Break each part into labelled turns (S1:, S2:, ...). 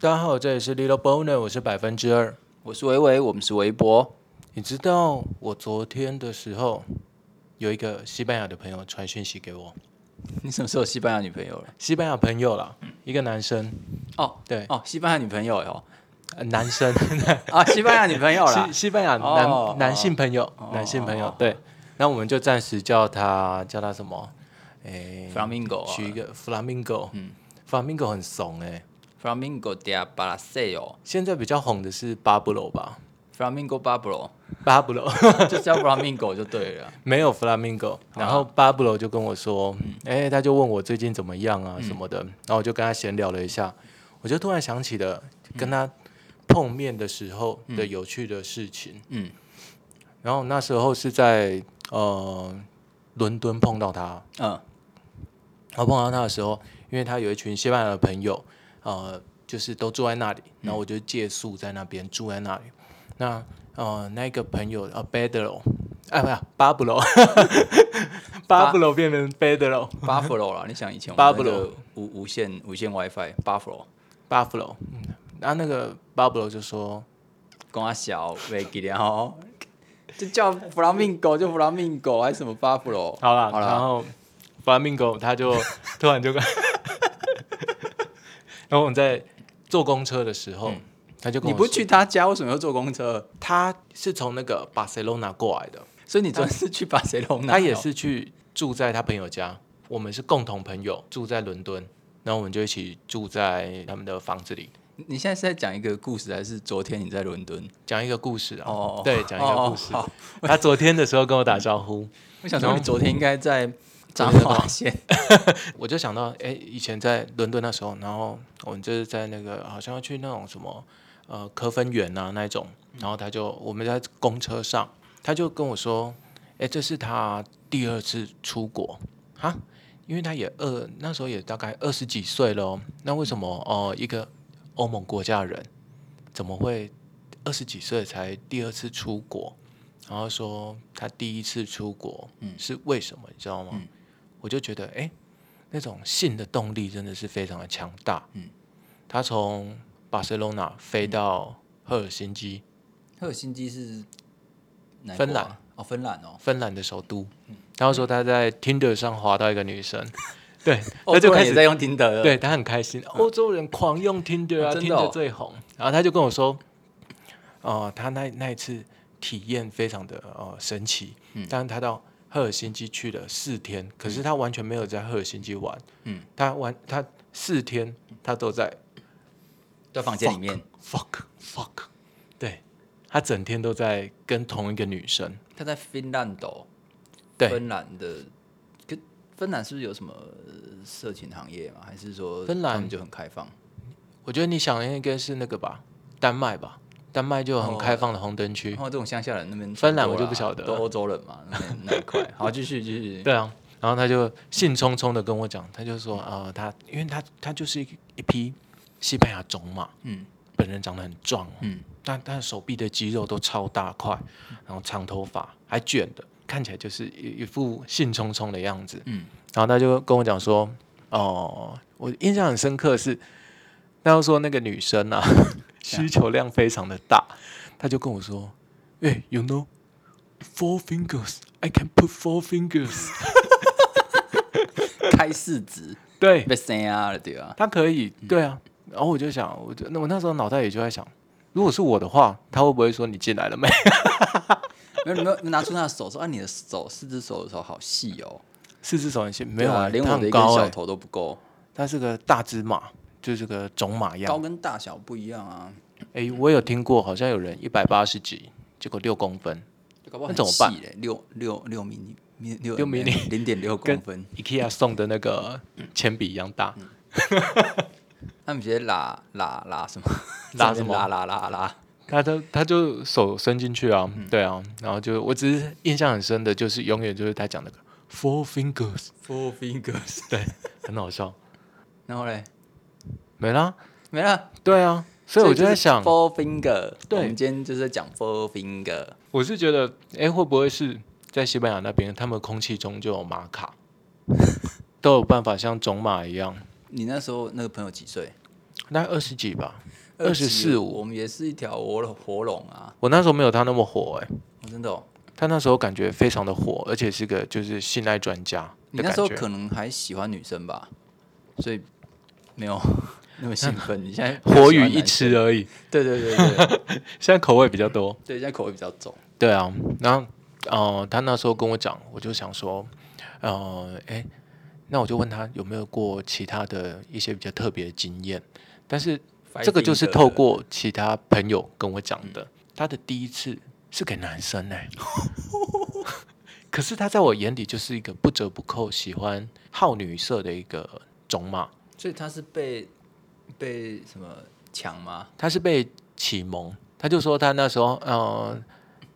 S1: 大家好，这里是 Little Boner，我是百分之二。
S2: 我是维维，我们是维博。
S1: 你知道我昨天的时候，有一个西班牙的朋友传讯息给我，
S2: 你什么时候有西班牙女朋友了？
S1: 西班牙朋友啦，一个男生，
S2: 哦
S1: 对，
S2: 哦，西班牙女朋友哟、
S1: 呃男生，
S2: 啊，西班牙女朋友啦
S1: 西。西班牙男、
S2: 哦
S1: 男性朋友，男性朋友，对。那我们就暂时叫他叫他什么？诶
S2: Flamingo
S1: 取一
S2: 啊
S1: 个 Flamingo，嗯，Flamingo 很怂哎、
S2: ，Flamingo de Balacio。
S1: 现在比较红的是 Pablo 吧
S2: Flamingo Pablo，
S1: ，Pablo。
S2: 就叫 Flamingo 就对了。
S1: 没有
S2: 啊
S1: flamingo，然后 Pablo 就跟我说，哎、他就问我最近怎么样啊
S2: 嗯
S1: 什么的，然后我就跟他闲聊了一下，我就突然想起了跟他碰面的时候的有趣的事情，
S2: 嗯
S1: 然后那时候是在呃伦敦碰到他，
S2: 嗯
S1: 然后碰到他的时候，因为他有一群西班牙的朋友，呃，就是都住在那里，然后我就借宿在那边住在那里。那呃，那个朋友呃 b e d r o 哎，不是 Pablo，Pablo 变成 Pedro
S2: ，Buffalo 啦。你想以前我们
S1: Buffalo
S2: 那个无无线无线 WiFi，Buffalo。
S1: Buffalo，嗯然后那个 Pablo 就说
S2: 跟我小袂记了哦， 就叫 Flamingo 就 Flamingo 还是什么 Buffalo？
S1: 好了，
S2: 好
S1: 然
S2: 了，
S1: 后 Flamingo 他 就突然就跟，然后我们在坐公车的时候，他就跟
S2: 你
S1: 我
S2: 不
S1: 说
S2: 去，他家，为什么要坐公车？
S1: 他是从那个 Barcelona 过来的。
S2: 所以你昨天是去巴塞隆那？
S1: 他
S2: 哦
S1: 也是去住在他朋友家，我们是共同朋友，住在伦敦，然后我们就一起住在他们的房子里。
S2: 你现在是在讲一个故事，还是昨天你在伦敦？
S1: 讲一个故事啊，
S2: 哦
S1: 对，讲一个故事。
S2: 哦好
S1: 他昨天的时候跟我打招呼，
S2: 我想
S1: 然
S2: 说，
S1: 后
S2: 你昨天应该在 彰化县。
S1: 我就想到，哎、以前在伦敦那时候，然后我们就是在那个好像要去那种什么呃科芬园啊那一种，然后他就我们在公车上，他就跟我说，哎、这是他第二次出国哈，因为他也二那时候也大概二十几岁了哦，那为什么哦、一个欧盟国家的人怎么会二十几岁才第二次出国？然后说他第一次出国，是为什么你知道吗？我就觉得哎。诶那种性的动力真的是非常的强大。嗯，他从巴塞罗那飞到赫尔辛基，
S2: 嗯赫尔辛基是哪一国啊
S1: 芬兰
S2: 哦，芬兰哦。
S1: 芬兰的首都。
S2: 嗯
S1: 然后说他在 Tinder 上滑到一个女 生，对，
S2: 欧
S1: 他
S2: 洲
S1: 就
S2: 人
S1: 开
S2: 哦也
S1: 始
S2: 在用听的，
S1: 对他很开心。欧洲人狂用 Tinder 啊、
S2: 哦
S1: t i
S2: 真
S1: n d e r
S2: 的哦
S1: 最红。然后他就跟我说，哦、他那那一次体验非常的呃神奇。
S2: 嗯
S1: 但是他到赫尔辛基去了四天，可是他完全没有在赫尔辛基玩。
S2: 嗯，
S1: 他玩他四天他都在
S2: 在房间里面。
S1: fuck fuck，对他整天都在跟同一个女生，
S2: 他在芬兰岛，
S1: 对
S2: 芬兰的，可芬兰是不是有什么呃色情行业嘛？还是说
S1: 芬兰
S2: 他们就很开放？
S1: 我觉得你想的应该是那个吧，丹麦吧，丹麦就有很
S2: 哦
S1: 开放的红灯区，
S2: 然后这种乡下人那边，
S1: 嗯
S2: 啊
S1: 芬兰我就不晓得了
S2: 都欧洲人嘛，那边那一块。好，继续继续。
S1: 对啊，然后他就兴冲冲的跟我讲，他就说啊、呃他因为他他就是一一匹西班牙种马，
S2: 嗯
S1: 本人长得很壮、哦，
S2: 嗯，
S1: 但他的手臂的肌肉都超大块，然后长头发还卷的，看起来就是一一副兴冲冲的样子。
S2: 嗯，
S1: 然后他就跟我讲说，哦，我印象很深刻的是，他就说那个女生啊， 需求量非常的大，他就跟我说，哎、y o u know。Four fingers, I can put four fingers
S2: 开市值
S1: 对，
S2: 被生啊了，对啊。
S1: 他可以，对啊。然后我就想，我就那我那时候脑袋也就在想，如果是我的话，他会不会说你进来了没？
S2: 没有没有拿出他的手说，啊，你的手四只手的手好细哦，
S1: 四只手很细，没
S2: 对
S1: 有
S2: 啊，连
S1: 他
S2: 我的
S1: 很
S2: 一根
S1: 高哎、
S2: 小头都不够，
S1: 他是个大只马，就是个种马
S2: 高
S1: 样。
S2: 跟大小不一样啊。
S1: 哎、我有听过，好像有人一百八十几，结果六公分，
S2: 搞不好
S1: 那
S2: 很
S1: 怎么办
S2: 细嘞？六六六迷你，米六呃
S1: 六迷你
S2: 零点六公分。
S1: IKEA 送的那个
S2: 嗯
S1: 铅笔一样大。
S2: 他们直接拉拉拉什么？
S1: 拉什么
S2: 拉拉拉拉。
S1: 他他他就手伸进去啊，
S2: 嗯
S1: 对啊，然后就我只是印象很深的，就是永远就是他讲那个 four fingers，
S2: Four fingers。
S1: 对，很好笑，
S2: 然后嘞，
S1: 没啦，
S2: 没了。
S1: 对啊，所以我就在
S2: 是
S1: 想，
S2: ，Four finger。
S1: 对
S2: 我们今天就是在讲 Four finger。
S1: 我是觉得，哎，会不会是在西班牙那边，他们空气中就有玛 卡，都有办法像种马一样？
S2: 你那时候那个朋友几岁？
S1: 大概二十几吧，二十四
S2: 我
S1: 五。
S2: 们也是一条活活龙啊！
S1: 我那时候没有他那么火哎、
S2: 我真的、哦，
S1: 他那时候感觉非常的火，而且是个就是信赖专家
S2: 你
S1: 的
S2: 那
S1: 感
S2: 时候
S1: 觉。
S2: 可能还喜欢女生吧，所以 没有那么兴奋。你现在
S1: 火与一
S2: 起，
S1: 池而已，
S2: 对对对对
S1: 现在口味比较多。
S2: 对，现在口味比较重。
S1: 对啊，然后呃，他那时候跟我讲，我就想说，呃，哎，那我就问他有没有过其他的一些比较特别的经验，但是 这个就是
S2: Fighting 的
S1: 透过其他朋友跟我讲的，他的第一次是给男生哎、 可是他在我眼里就是一个不折不扣喜欢好女色的一个种马，
S2: 所以他是被被什么抢吗？
S1: 他是被启蒙，他就说他那时候，呃，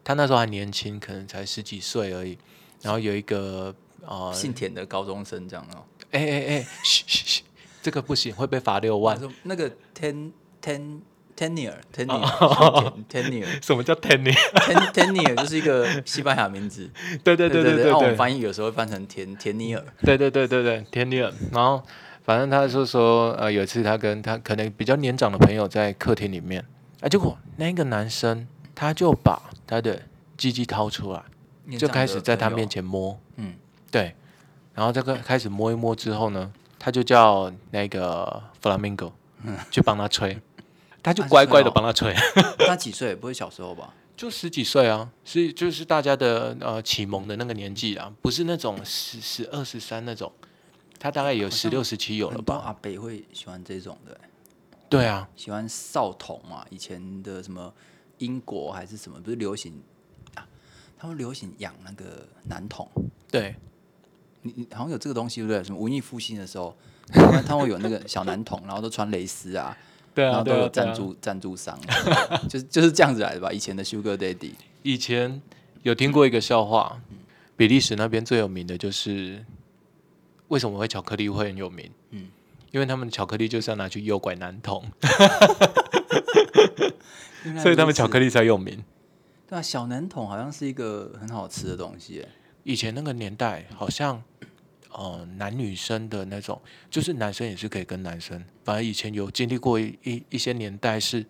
S1: 他那时候还年轻，可能才十几岁而已。然后有一个，呃，
S2: 姓田的高中生这样哦。
S1: 哎哎哎，嘘嘘嘘，这个不行，会被罚六
S2: 我
S1: 万。
S2: 说那个 ten ten tenure
S1: 哦
S2: tenure 姓田 tenure
S1: 什么叫 tenny？
S2: ten tenure 就是一个西班牙名字。
S1: 对 对对
S2: 对
S1: 对哦
S2: 那我们翻译有时候会翻成田田尼尔。
S1: 对对对对对，天地了。然后反正他就说，呃，有一次他跟他可能比较年长的朋友在客厅里面，啊，结果那个男生他就把他的鸡鸡掏出来，就开始在他面前摸，
S2: 嗯，
S1: 对，然后这个开始摸一摸之后呢，他就叫那个 flamingo 去帮他吹，他就
S2: 啊是
S1: 乖乖
S2: 吹
S1: 的
S2: 哦
S1: 帮他吹，
S2: 他几岁？不会小时候吧？
S1: 就十几岁啊，是就是大家的呃启蒙的那个年纪啊，不是那种十十二十三那种，他大概有十六十七有了
S2: 很多
S1: 吧？
S2: 阿北会喜欢这种的、
S1: 对啊，
S2: 喜欢少童嘛。以前的什么英国还是什么，不是流行啊？他们流行养那个男童，
S1: 对，
S2: 你你好像有这个东西对不对？什么文艺复兴的时候，他们他们会有那个小男童，然后都穿蕾丝啊，
S1: 对
S2: 然
S1: 啊，
S2: 后都
S1: 对
S2: 有
S1: 啊，对
S2: 赞
S1: 啊。
S2: 助赞助商， 就是就是这样子来的吧？以前的 Sugar Daddy
S1: 以前有听过一个笑话，比利时那边最有名的就是为什么会巧克力会很有名？
S2: 嗯
S1: 嗯，因为他们巧克力就是要拿去诱拐男童，
S2: 原来
S1: 啊所以他
S2: 如
S1: 们
S2: 此
S1: 巧克力才有名。
S2: 对啊，小男童好像是一个很好吃的东西耶，
S1: 以前那个年代好像，呃，男女生的那种，就是男生也是可以跟男生。反而以前有经历过一一一些年代是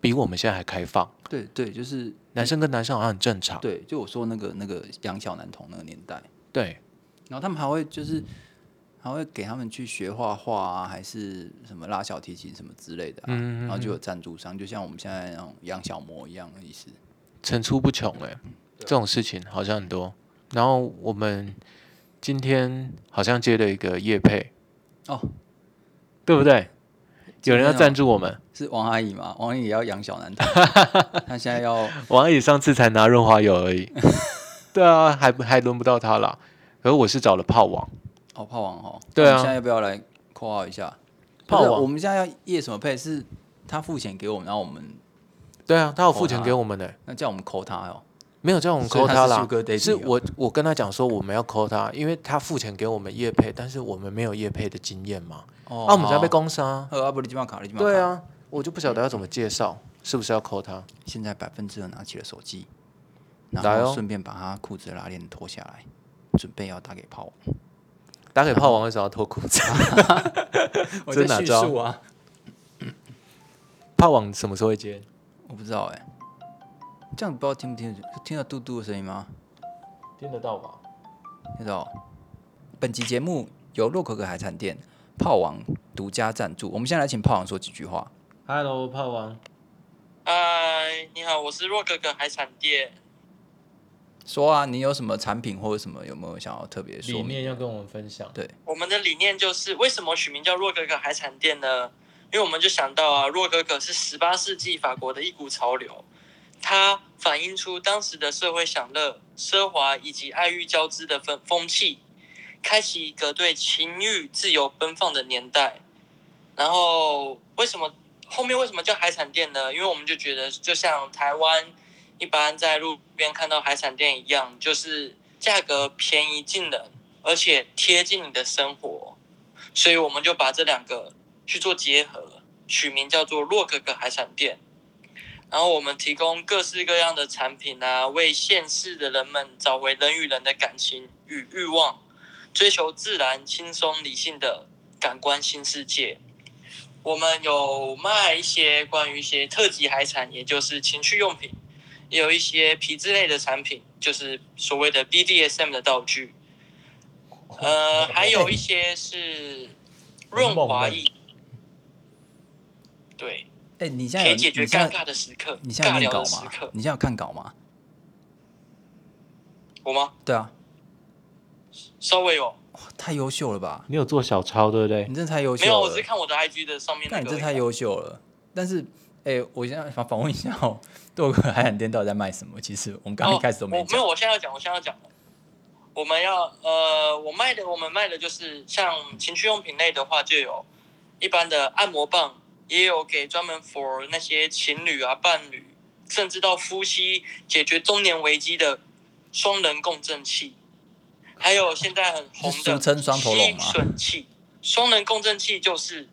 S1: 比我们现在还开放，
S2: 对对，就是
S1: 男生跟男生好像很正常。
S2: 对，就我说那个那个养小男童那个年代，
S1: 对
S2: 然后他们还会就是还会给他们去学画画啊，还是什么拉小提琴什么之类的、啊，然后就有赞助商，就像我们现在那种养小魔一样的意思。
S1: 层出不穷
S2: 啊
S1: 哎、这种事情好像很多。然后我们今天好像接了一个叶配，
S2: 哦，
S1: 对不对？有人要
S2: 今天哦
S1: 赞助我们，
S2: 是王阿姨吗？王阿姨也要养小男童，她现在要
S1: 王阿姨上次才拿润滑油而 已。对啊，还不还轮不到她啦。可是我是找了炮王。
S2: 哦泡网哦，
S1: 对
S2: 我们
S1: 啊
S2: 现在要不要来括号一下？
S1: 泡
S2: 不是
S1: 网
S2: 我们现在要夜什么配？是他付钱给我们，然后我们
S1: 对啊，他有
S2: 扣
S1: 付
S2: 他
S1: 钱给我们的、
S2: 那叫我们扣他哦。
S1: 没有叫我们
S2: 所以
S1: 扣
S2: 他是
S1: 啦
S2: Sugar，Daddy
S1: 是
S2: 哦
S1: 我我跟他讲说我们要扣他，因为他付钱给我们业配，但是我们没有业配的经验嘛，
S2: 哦
S1: 啊，我们才
S2: 好
S1: 被攻杀。
S2: 呃，阿布里基玛卡，里基玛卡。
S1: 对，啊，我就不晓得要怎么介绍，是不是要扣他？
S2: 现在百分之二拿起了手机，
S1: 来
S2: 然
S1: 哦
S2: 后顺便把他裤子的拉链脱下来，准备要打给炮王。
S1: 打给炮王为什么要脱裤子？
S2: 我
S1: 这
S2: 在
S1: 哪
S2: 叙
S1: 招
S2: 述啊？
S1: 炮王什么时候会接？
S2: 我不知道哎、这样不知道听不听得见听到嘟嘟的声音吗？
S1: 听得到吧？
S2: 听到。本集节目由洛可可海产店炮王独家赞助。我们现在来请炮王说几句话。
S1: Hello，炮王，
S3: 嗨，你好，我是洛哥哥海产店。
S2: 说啊，你有什么产品或者什么有没有想要特别说明？
S1: 要跟我们分享。
S3: 我们的理念就是，为什么取名叫洛哥哥海产店呢？因为我们就想到啊，洛哥哥是十八世纪法国的一股潮流，它反映出当时的社会享乐、奢华以及爱欲交织的风风气，开启一个对情欲自由奔放的年代。然后为什么后面为什么叫海产店呢？因为我们就觉得，就像台湾一般在路边看到海产店一样，就是价格便宜近人，而且贴近你的生活，所以我们就把这两个去做结合，取名叫做洛可可海产店。然后我们提供各式各样的产品啊，为县市的人们找回人与人的感情与欲望，追求自然、轻松、理性的感官新世界。我们有卖一些关于一些特级海产，也就是情趣用品，也有一些皮质类的产品，就是所谓的 BDSM 的道具。呃，还有一些是润滑液。对，
S2: 哎、你现
S3: 可
S2: 在有
S3: 以解决
S2: 你现
S3: 尴
S2: 在
S3: 尬的时刻，
S2: 你现在有
S3: 尬
S2: 念
S3: 聊
S2: 稿
S3: 的时
S2: 吗
S3: 刻？。
S2: 你现在有看稿吗？
S3: 我吗？
S2: 对啊，
S3: 稍微有，
S2: 哇，太优秀了吧！
S1: 你有做小抄对不对
S2: 你？真的太优秀
S3: 没
S2: 了。
S3: 有，我只是看我的 IG 的上面那
S2: 那
S3: 个而已。
S2: 你真太优秀了。但是，哎、我现在访访问一下哦，豆哥海产店到底在卖什么？其实我们刚刚一开始都
S3: 哦
S2: 没
S3: 我没
S2: 讲。
S3: 有，我现在要讲，我现在要讲了。我们要呃，我卖的我们卖的就是像情趣用品类的话，就有一般的按摩棒，也有给专门 for 那些情侣啊、伴侣，甚至到夫妻解决中年危机的双人共振器，还有现在很红
S2: 是
S3: 的
S2: 俗称双头龙吗
S3: 吸吮器。双人共振器就是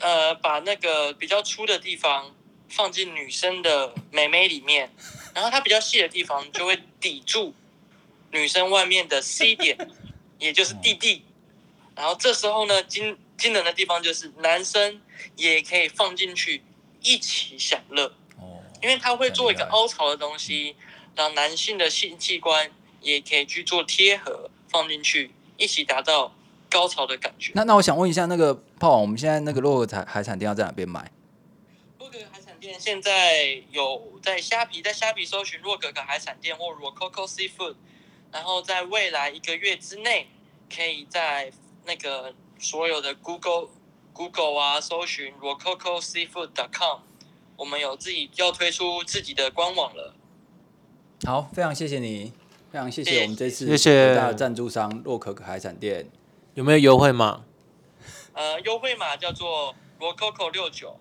S3: 呃，把那个比较粗的地方放进女生的美眉 里面，然后它比较细的地方就会抵住女生外面的 C 点，也就是弟弟。
S2: 哦
S3: 然后这时候呢，惊惊人的地方就是男生也可以放进去一起享乐，
S2: 哦，
S3: 因为它会做一个
S2: 很厉害
S3: 凹槽的东西，让男性的性器官也可以去做贴合，放进去一起达到高潮的感觉。
S2: 那那我想问一下，那个炮王，我们现在那个洛克海海产店要在哪边买？
S3: 洛格海产店现在有在虾皮，在虾皮搜寻洛格格海产店或 Rococo Seafood，然后在未来一个月之内，可以在那个所有的 Google Google 啊搜寻 Rococo Seafood.com，我们有自己要推出自己的官网了。
S2: 好，非常谢谢你，非常谢
S3: 谢
S2: 谢
S3: 谢
S2: 我们这次
S1: 谢谢
S2: 最大的赞助商洛可可海产店。
S1: 有没有优惠码？
S3: 呃，优惠码叫做 Rococo 六九，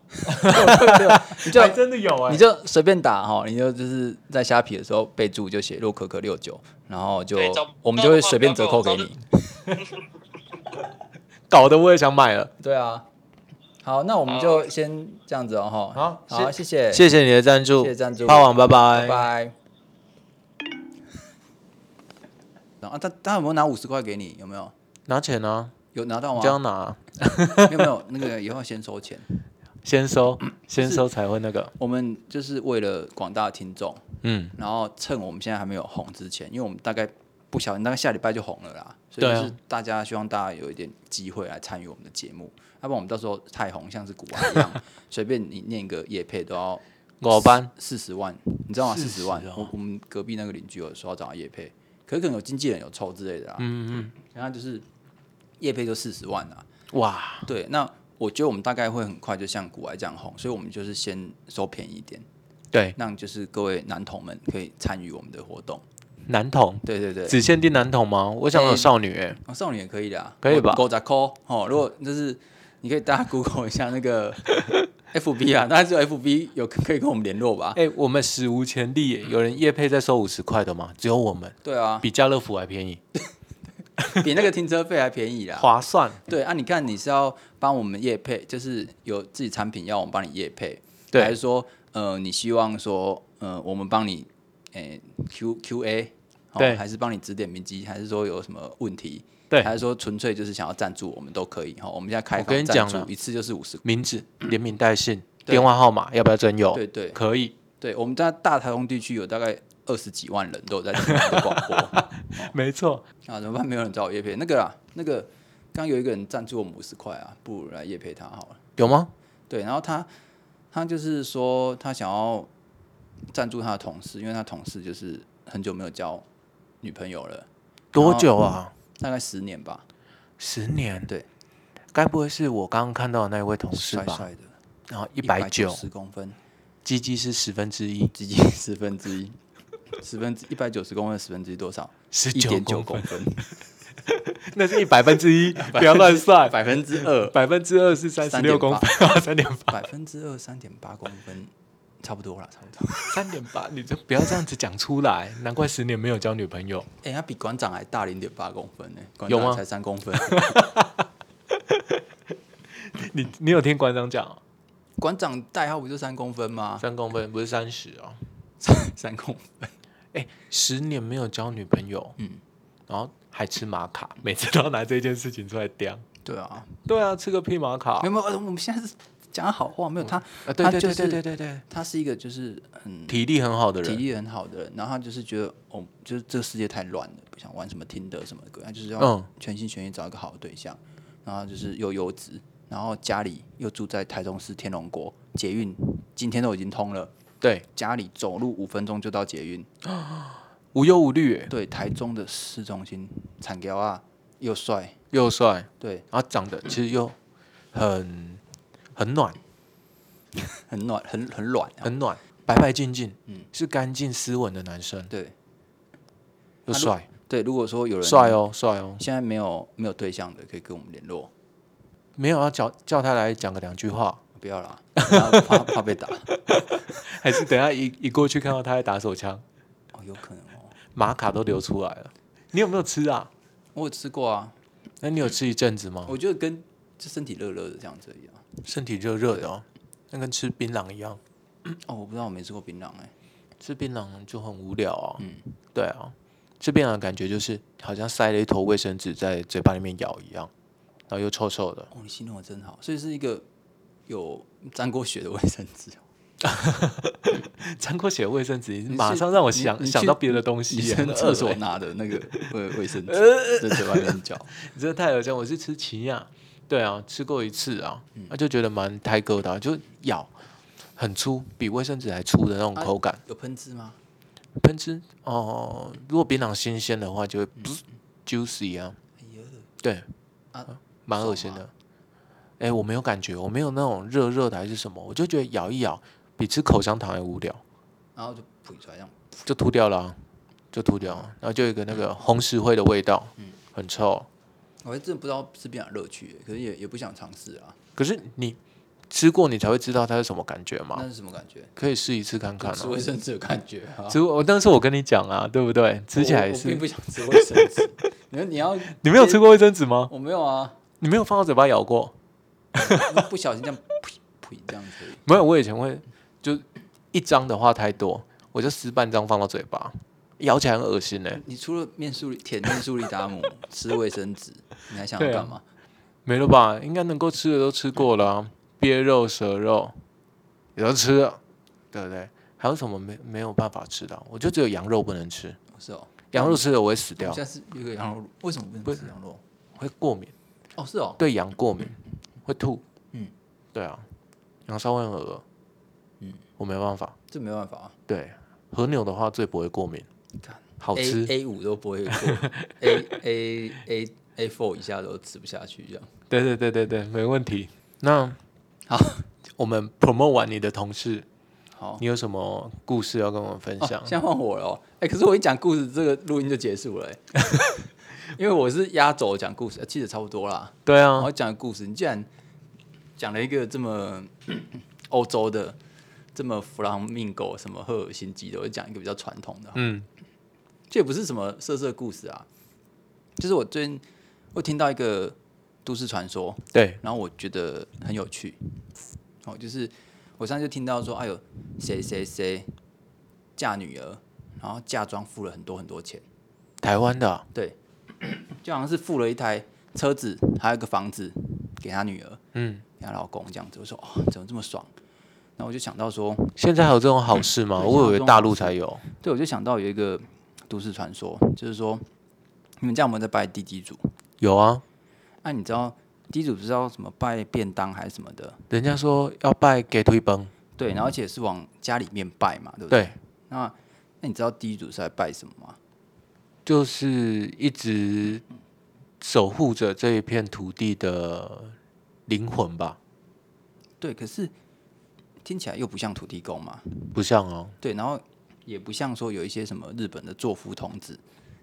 S2: 你就
S1: 的有哎
S2: 你就随便打哈，你就就是在虾皮的时候备注就写洛可可六九，然后就
S3: 对找不
S2: 我们
S3: 到
S2: 就
S3: 的
S2: 会
S3: 话
S2: 随
S3: 不
S2: 便
S3: 要
S2: 折
S3: 跟
S2: 扣
S3: 我
S2: 给
S3: 找
S2: 你。
S1: 搞得我也想买了。
S2: 对啊，好，那我们就先这样子哦哈。
S1: 好
S2: 好，谢谢，
S1: 谢谢你的赞助，
S2: 谢谢赞助
S1: 花王，拜
S2: 拜拜。 然后啊他他有没有拿五十块给你？有没有？
S1: 拿钱啊，
S2: 有拿到
S1: 你
S2: 吗
S1: 这？样拿， 啊
S2: 没有没有，那个以后要先收钱。
S1: 先收，先收才会那个。
S2: 我们就是为了广大的听众，
S1: 嗯，
S2: 然后趁我们现在还没有红之前，因为我们大概不小心，大概下礼拜就红了啦，所以
S1: 对啊
S2: 就是大家希望大家有一点机会来参与我们的节目，要不然我们到时候太红，像是古玩一 样，随便你念个叶配都要
S1: 我班
S2: 四十万，你知道吗？四十
S1: 40
S2: 万，
S1: 哦
S2: 我我们隔壁那个邻居有说要找叶配，可是可能有经纪人有抽之类的啦，
S1: 嗯
S2: 然后就是叶配就四十万啊，
S1: 嗯，哇，
S2: 对，那我觉得我们大概会很快就像古玩这样红，所以我们就是先收便宜一点。
S1: 对，
S2: 让就是各位男童们可以参与我们的活动。
S1: 男童
S2: 对对对，
S1: 只限定男童吗？我想有少女哎，
S2: 哦、少女也可以的啊，
S1: 可以吧
S2: 狗仔 call 哦，如果就是你可以大家 Google 一下 那个 FB 啊，当然只有 FB 有可以跟我们联络吧。
S1: 哎，我们史无前例耶，有人夜配在收五十块的吗？只有我们，
S2: 对啊，
S1: 比家乐福还便宜，
S2: 比那个停车费还便宜啦。
S1: 划算。
S2: 对啊，你看你是要帮我们业配，就是有自己产品要我们帮你业配，
S1: 对
S2: 还是说呃你希望说呃我们帮你诶、Q Q A，、哦、
S1: 对
S2: 还是帮你指点迷津，还是说有什么问题，
S1: 对
S2: 还是说纯粹就是想要赞助我们都可以哈、哦，我们现在开
S1: 我跟
S2: 放
S1: 你
S2: 赞
S1: 讲
S2: 助
S1: 啦
S2: 一次就是五十，
S1: 名字、连名带姓、
S2: 对
S1: 电话号码，要不要征友？
S2: 对对
S1: 可以，
S2: 对，我们在大台东地区有大概二十几万人都有在听我们的广播 啊，
S1: 没错。
S2: 怎么办？没有人找我业配那个啦，那个刚有一个人赞助我们五十块啊，不如来业配他好了。
S1: 有吗？
S2: 对，然后他他就是说他想要赞助他的同事，因为他同事就是很久没有交女朋友了，
S1: 多久啊？
S2: 大概十年吧，
S1: 十年。
S2: 对，
S1: 该不会是我刚刚看到的那一位同事
S2: 帅
S1: 吧？
S2: 帅的，
S1: 然后一
S2: 一
S1: 百九，
S2: 十公分，
S1: 鸡鸡是十分之一，
S2: 接近 十分之一，十分之一百九十公分的十分之一多少？
S1: 十
S2: 一
S1: 九
S2: 点九
S1: 公
S2: 公分，
S1: 分，那是一百分之 一， 不要乱算。
S2: 百分之二，
S1: 百分之二是三十六公分， 三点八，
S2: 百分之二三点八公分，差不多啦，差不多。
S1: 三点八，你就不要这样子讲出来，难怪十年没有交女朋友。
S2: 哎、他比馆长还大零点八公分呢、馆
S1: 有
S2: 长
S1: 吗
S2: 才三公分。
S1: 你你有听馆长讲哦
S2: 馆长代号不就三公分吗？
S1: 三公分不是三十哦？
S2: 三公分，
S1: 哎，十年没有交女朋友，
S2: 嗯
S1: 嗯，然后还吃玛卡，每次都要拿这件事情出来刁。
S2: 对啊，
S1: 对啊，吃个披马卡
S2: 没有没有，呃我们现在是讲好话，没有他，
S1: 啊，对
S2: 他
S1: 对
S2: 就
S1: 对对
S2: 是
S1: 对对对，
S2: 他是一个就是很
S1: 体力很好的
S2: 体
S1: 人，
S2: 力很好的人，然后他就是觉得哦，就是这个世界太乱了，不想玩什么听的什么歌，他就是要
S1: 嗯
S2: 全心全意找一个好的对象，然后就是又优质，然后家里又住在台中市天龙国，捷运今天都已经通了，
S1: 对，
S2: 家里走路五分钟就到捷运，
S1: 无忧无虑，
S2: 对，台中的市中心，产雕啊，又帅，
S1: 又帅，
S2: 对，
S1: 然后长得其实又很很暖，
S2: 很暖，很很软啊，
S1: 很暖，白白净净，
S2: 嗯
S1: 是干净斯文的男生，
S2: 对
S1: 又
S2: 啊如
S1: 帅，
S2: 对，如果说有人
S1: 帅，哦，帅哦，
S2: 现在没有没有对象的，可以跟我们联络，
S1: 没有要叫叫他来讲个两句话，
S2: 不要啦，怕怕怕被打，
S1: 还是等一下一一过去看到他在打手枪，
S2: 哦，有可能哦，
S1: 马卡都流出来了，你有没有吃啊？
S2: 我有吃过啊。
S1: 那你有吃一阵子吗？
S2: 我觉得跟就身体热热的这样子一啊样。
S1: 身体热热的哦，那跟吃槟榔一样，
S2: 哦，我不知道，我没吃过槟榔哎、
S1: 吃槟榔就很无聊啊。
S2: 嗯，
S1: 对啊，吃槟榔的感觉就是好像塞了一坨卫生纸在嘴巴里面咬一样，然后又臭臭 的。
S2: 哦，你形容的真好，所以是一个有沾过血的卫生纸。
S1: 沾过血的卫生纸，你
S2: 你
S1: 马
S2: 是
S1: 上让我
S2: 你
S1: 想
S2: 你
S1: 想
S2: 去
S1: 到别的东西
S2: 你
S1: 耶，
S2: 从
S1: 很
S2: 厕
S1: 恶
S2: 所
S1: 欸
S2: 拿的那个卫卫生纸在 嘴巴里面嚼，
S1: 你真的太恶心！我是吃奇亚，对啊，吃过一次啊，那、就觉得蛮胎疙瘩，就咬很粗，比卫生纸还粗的那种
S2: 啊
S1: 口感。
S2: 有喷汁吗？
S1: 喷汁哦，如果槟榔新鲜的话，就会 juicy 啊，
S2: 嗯哎呦，
S1: 对，
S2: 啊
S1: 蛮恶
S2: 爽
S1: 心
S2: 吗
S1: 的。哎、我没有感觉，我没有那种热热的还是什么，我就觉得咬一咬比吃口香糖还无聊，
S2: 然后就吐出来这样。
S1: 就吐掉了啊、就吐掉
S2: 嗯
S1: 了，然后就有一个那个红石灰的味道，很臭。
S2: 我还真的不知道吃槟榔乐趣、可是也也不想尝试啊。
S1: 可是你吃过，你才会知道它是什么感觉嘛
S2: 那。是什么感觉？
S1: 可以试一次看看、
S2: 吃
S1: 啊
S2: 卫。生纸的感觉啊！
S1: 吃我但是我跟你讲啊，对不对？吃起
S2: 我
S1: 来
S2: 我并
S1: 是
S2: 不想吃卫生纸。 你说你要
S1: 你没有吃过卫生纸吗？
S2: 我没有啊，
S1: 你没有放到嘴巴咬过？
S2: 不小心这样噗噗这样子而已。
S1: 没有，我以前会就一张的话太多，我就撕半张放到嘴巴，咬起来很恶心呢、欸
S2: 你除了面素舔面素利 达姆、吃卫生纸，你还想要
S1: 对啊
S2: 干嘛？
S1: 没了吧？应该能够吃的都吃过了啊、鳖肉、蛇肉也都吃了，对不对？还有什么没没有办法吃的啊？我就只有羊肉不能吃，
S2: 是哦，
S1: 羊肉吃了我会死
S2: 我们
S1: 掉，
S2: 下次有个羊肉，为什么不
S1: 啊不
S2: 能
S1: 是
S2: 吃羊肉？
S1: 会过敏，
S2: 哦，是哦，
S1: 对羊过敏，会吐。
S2: 嗯，
S1: 对啊，羊烧会很恶。
S2: 嗯，
S1: 我没办法。
S2: 这没办法啊，
S1: 对，和牛的话最不会过敏
S2: 干，
S1: 好
S2: A
S1: 吃。
S2: A 五都不会过 ，A A A A four 以下都吃不下去这样。
S1: 对对对对对，没问题。那
S2: 好，
S1: 我们 promote 完你的同事，
S2: 好，
S1: 你有什么故事要跟我们分
S2: 哦
S1: 享？
S2: 现在换我了哦。哎，可是我一讲故事，这个录音就结束了 哎，因为我是压轴讲故事，呃其实差不多啦。
S1: 对
S2: 然
S1: 啊，
S2: 后讲的故事，你竟然讲了一个这么 欧洲的、这么弗朗明狗、什么赫尔辛基的，我就讲一个比较传统的，
S1: 嗯
S2: 这也不是什么色色故事啊。就是我最近我听到一个都市传说，
S1: 对，
S2: 然后我觉得很有趣。哦，就是我上次就听到说，哎呦，谁谁谁嫁女儿，然后嫁妆付了很多很多钱，
S1: 台湾的啊、
S2: 对，就好像是付了一台车子，还有一个房子给他女儿。
S1: 嗯，
S2: 给她老公这样子，我说哦，怎么这么爽？那我就想到说，
S1: 现在还有这种好事吗？
S2: 对
S1: 我以
S2: 像
S1: 为
S2: 这种
S1: 大陆才有。
S2: 对，我就想到有一个都市传说，就是说你们家有没有在拜地基主？
S1: 有啊，
S2: 那、你知道地基主不是要什么拜便当还是什么的？
S1: 人家说要拜给推崩，
S2: 对，然后而且是往家里面拜嘛，对不对？
S1: 对，
S2: 那那你知道地基主是在拜什么吗？
S1: 就是一直守护着这一片土地的灵魂吧，
S2: 对，可是听起来又不像土地公嘛，
S1: 不像哦，
S2: 对，然后也不像说有一些什么日本的作夫童子，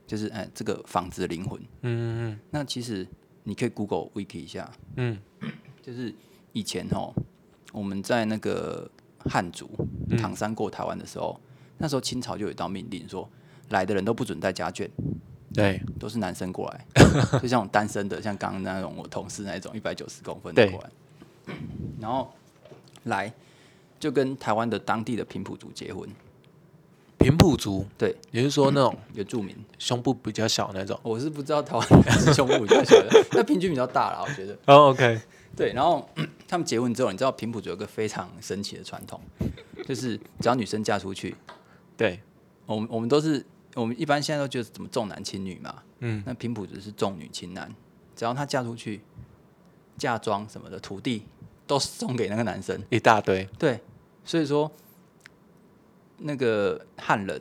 S2: 就是哎、这个房子的灵魂。
S1: 嗯嗯
S2: 那其实你可以 Google Wiki 一下，
S1: 嗯
S2: 就是以前哦，我们在那个汉族
S1: 嗯
S2: 唐山过台湾的时候，那时候清朝就有一道命令说，来的人都不准带家眷，
S1: 嗯，对，
S2: 都是男生过 来，就像我单身的，像刚刚那种我同事那一种一百九十公分的
S1: 对
S2: 过来，然后来就跟台湾的当地的平埔族结婚，
S1: 平埔族，
S2: 对，
S1: 也就是说那种
S2: 有著名。哦
S1: 胸部比较小那种。
S2: 我是不知道台湾的是胸部比较小的， 那平均比较大啦，我觉得。
S1: 哦，OK，
S2: 对，然后 他们结婚之后，你知道平埔族有个非常神奇的传统，就是只要女生嫁出去，
S1: 对，
S2: 我们我们都是我们一般现在都觉得怎么重男轻女嘛，
S1: 嗯，
S2: 那平埔族是重女轻男，只要她嫁出去，嫁妆什么的土地都送给那个男生。
S1: 一大堆，
S2: 对，所以说那个汉人，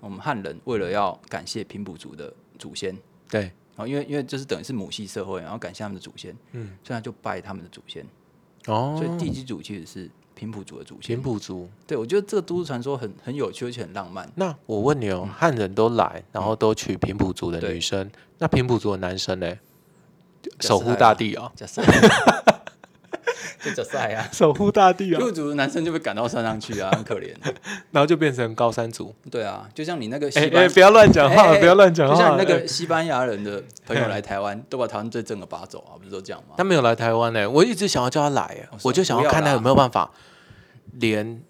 S2: 我们汉人为了要感谢平埔族的祖先，
S1: 对，
S2: 然后哦因为因为就是等于是母系社会，然后感谢他们的祖先，
S1: 嗯，
S2: 所以他就拜他们的祖先，
S1: 哦
S2: 所，以地基主其实是平埔族的祖先
S1: 平。埔族。
S2: 对，我觉得这个都市传说很很有趣，而且很浪漫。
S1: 那我问你哦，汉人都来，然后都娶平埔族的
S2: 嗯对
S1: 女生，那平埔族的男生呢？
S2: 是
S1: 守护大地啊、
S2: 假赛，啊 就假赛啊！
S1: 守护大地哦
S2: 入族的男生就被赶到山上去啊，很可怜。
S1: 然后就变成高山族。
S2: 对啊，就像你那个
S1: 哎
S2: 西
S1: 哎，
S2: 班
S1: 不要乱讲话，不要乱讲话。
S2: 就像那
S1: 哎
S2: 个西班牙人的朋友来台湾，都把台湾最正的拔走啊，不是都这样吗？
S1: 他没有来台湾呢、我一直想要叫他来、欸，
S2: 是
S1: 我就想
S2: 哦不
S1: 要
S2: 要
S1: 看他
S2: 啦
S1: 有没有办法连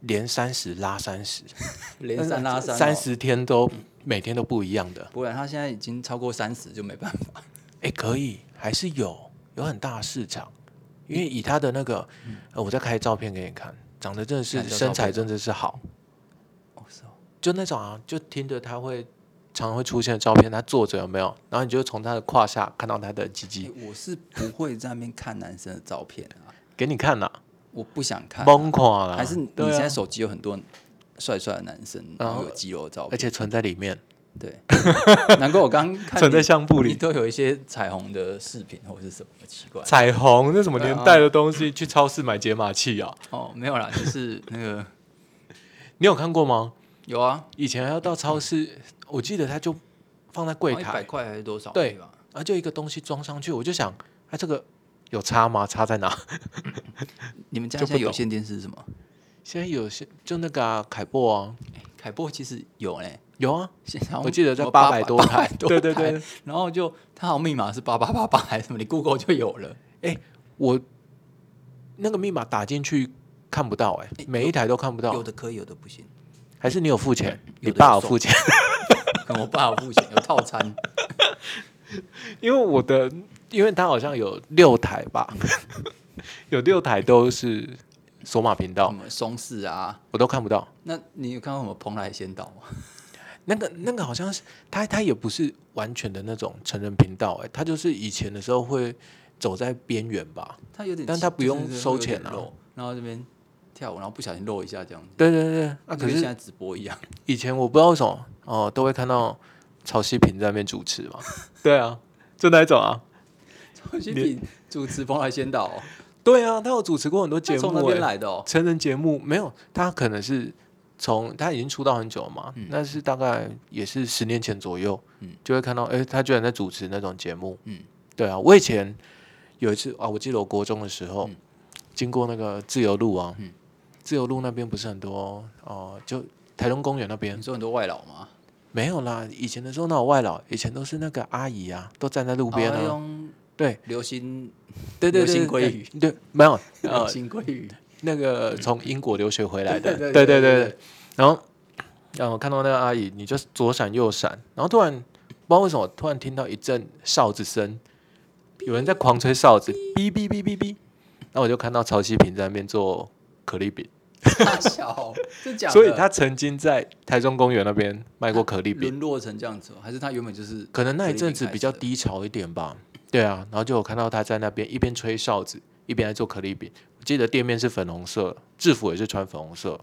S1: 连三十拉三十，
S2: 连三拉三、哦
S1: 三，十天都每天都不一样的。
S2: 不啊然他现在已经超过三十就没办法。
S1: 哎、可以，还是有有很大的市场，因为以他的那个，呃，我再开照片给你看，长得真的是
S2: 看一下嗯照
S1: 身材
S2: 片
S1: 真的是好，
S2: 哦，是哦，
S1: 就那种啊，就听着他会常会出现的照片，他坐着有没有？然后你就从他的胯下看到他的鸡
S2: 诶
S1: 鸡，
S2: 我是不会在那边看男生的照片啊，
S1: 给你看啦，
S2: 我不想看、
S1: 崩垮啦，
S2: 啊还是你
S1: 对
S2: 现在
S1: 啊，
S2: 手机有很多帅帅的男生，然后有肌肉的照
S1: 而
S2: 片，
S1: 且存在里面，
S2: 对， 难怪我刚刚看
S1: 存在
S2: 你
S1: 相簿里
S2: 你。都有一些彩虹的饰品或是什么奇怪
S1: 彩虹那什
S2: 啊
S1: 么年代的东西，去超市买解码器啊？
S2: 哦，没有啦，就是那个
S1: 你有看过吗？
S2: 有啊，
S1: 以前还要到超市，我记得它就放在柜
S2: 一百
S1: 台，
S2: 块还是多少？
S1: 对
S2: 吧？
S1: 然后就一个东西装上去，我就想，它、这个有差吗？差在哪？
S2: 你们家
S1: 就
S2: 现
S1: 不
S2: 在有
S1: 懂
S2: 线电视是什么？
S1: 现在有些就那个、啊、凯擘啊，
S2: 凯擘其实有嘞，
S1: 有啊，
S2: 现在好像
S1: 我记得
S2: 什
S1: 在
S2: 么
S1: 八
S2: 八
S1: 百多
S2: 台，
S1: 台，
S2: 800多
S1: 对对
S2: 台
S1: 对，，
S2: 然后就它好像密码是八八八八还是什么，你 Google 就有了。
S1: 我那个密码打进去看不到、哎，每一台都看不
S2: 有
S1: 到，
S2: 的可以，有的不行。
S1: 还是你有付钱？你
S2: 有的
S1: 爸
S2: 有
S1: 有
S2: 送
S1: 付钱？
S2: 可能我爸有付钱，有套餐，
S1: 因为我的，因为他好像有六台吧， 有六台都是索马频道
S2: 什，么松式啊。
S1: 我都看不到。
S2: 那你有看过什么蓬莱仙岛吗？
S1: 那个那个好像是他，他也不是完全的那种成人频道、哎，他就是以前的时候会走在边缘吧。
S2: 它有点，
S1: 但它不用
S2: 就是
S1: 收
S2: 有点
S1: 钱啊
S2: 露然后这边跳舞，然后不小心露一下这样子，
S1: 对对对，啊，可
S2: 就跟现
S1: 是
S2: 在直播一样。
S1: 以前我不知道为什么哦、都会看到曹希平在那边主持 嘛。对啊，就那一种啊。
S2: 周星平主持蓬莱仙岛哦，
S1: 对啊，他有主持过很多节目、
S2: 他从那边
S1: 哎
S2: 来的哦。
S1: 成人节目没有，他可能是从他已经出道很久了嘛，那是大概也是十年前左右，
S2: 嗯
S1: 就会看到，哎、他居然在主持那种节目，
S2: 嗯
S1: 对啊，我以前有一次啊，我记得我国中的时候，经过那个自由路啊，
S2: 嗯
S1: 自由路那边不是很多哦、就台东公园那边
S2: 你说很多外劳吗？
S1: 没有啦，以前的时候那有外劳，以前都是那个阿姨啊，都站在路边
S2: 哦
S1: 啊，
S2: 用
S1: 对
S2: 流星
S1: 对对对
S2: 流星鲑
S1: 对
S2: 鱼
S1: 对，没有
S2: 流
S1: 呃，
S2: 星鲑鱼，
S1: 那个从英国留学回来的， 对
S2: 对
S1: 对
S2: 对对对
S1: 对。然后，然后看到那个阿姨，你就左闪右闪，然后突然不知道为什么，突然听到一阵哨子声，有人在狂吹哨子，哔哔哔哔哔。那我就看到曹希平在那边做可丽饼，
S2: 大小，真假的？
S1: 所以他曾经在台中公园那边卖过可丽饼。
S2: 沦落成这样子哦，还是他原本就是
S1: 可能那一阵子
S2: 可丽饼
S1: 比较
S2: 开始的
S1: 低潮一点吧。对啊，然后就有看到他在那边一边吹哨子，一边在做可丽饼。我记得店面是粉红色，制服也是穿粉红色，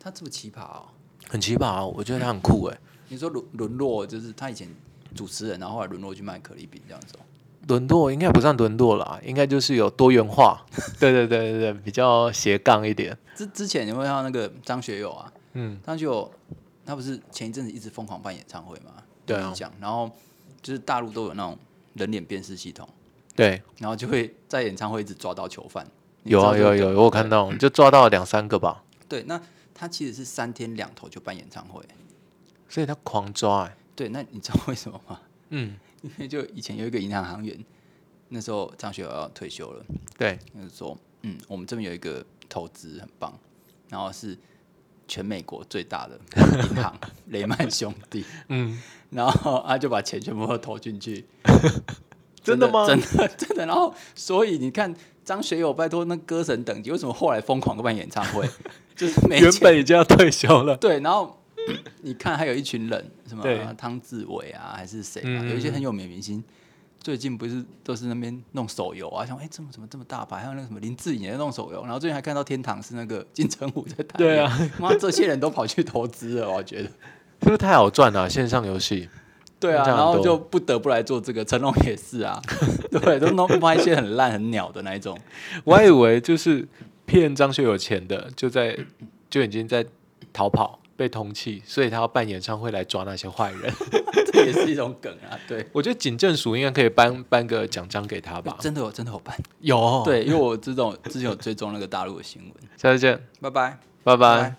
S2: 他这么奇葩哦？
S1: 很奇葩、啊，我觉得他很酷哎、
S2: 你说沦沦落就是他以前主持人，然后后来沦落去卖可丽饼这样子哦？
S1: 沦落应该不算沦落啦，应该就是有多元化。 对对对对对，比较斜杠一点。
S2: 之之前你会看到那个张学友啊，
S1: 嗯，
S2: 张学友他不是前一阵子一直疯狂办演唱会嘛？
S1: 对啊
S2: 有印象然后就是大陆都有那种人脸辨识系统，
S1: 对，
S2: 然后就会在演唱会一直抓到囚犯。你
S1: 有
S2: 知道
S1: 啊
S2: 这个
S1: 有有，我有看到就抓到了两三个吧，
S2: 对，那他其实是三天两头就办演唱会。
S1: 所以他狂抓、欸。
S2: 对，那你知道为什么吗？
S1: 嗯，
S2: 因为就以前有一个银行行员，那时候张学友要退休了，
S1: 对，
S2: 他就是说，嗯，我们这边有一个投资很棒，然后是全美国最大的银行雷曼兄弟，
S1: 嗯，
S2: 然后他就把钱全部都投进去，
S1: 真的吗
S2: 真的 真的。然后所以你看张学友，拜托那歌神等级，为什么后来疯狂地办演唱会？ 就是没
S1: 原
S2: 钱
S1: 本已经要退休了，
S2: 对，然后 你看还有一群人，什么啊
S1: 对
S2: 汤志伟啊，还是谁啊，
S1: 嗯
S2: 有一些很有名的明星，最近不是都是那边弄手游啊，想哎、怎么怎么这么大牌，还有那个什么林志颖也在弄手游，然后最近还看到天堂是那个金城武在打，
S1: 对啊，
S2: 妈这些人都跑去投资了，我觉得，
S1: 是不是太好赚了、线上游戏，
S2: 对啊，
S1: 这样
S2: 然后
S1: 多
S2: 就不得不来做这个，成龙也是啊， 对，都弄拍一些很烂很鸟的那一种，
S1: 我还以为就是骗张学友钱的，就在就已经在逃跑被通缉，所以他要办演唱会来抓那些坏人。
S2: 这也是一种梗啊，对。
S1: 我觉得警政署应该可以颁颁个奖章给他吧？
S2: 真的有，真的有办。
S1: 有，
S2: 对，因为我这种之前有追踪那个大陆的新闻。
S1: 下次见，
S2: 拜拜。
S1: 拜拜。
S2: 拜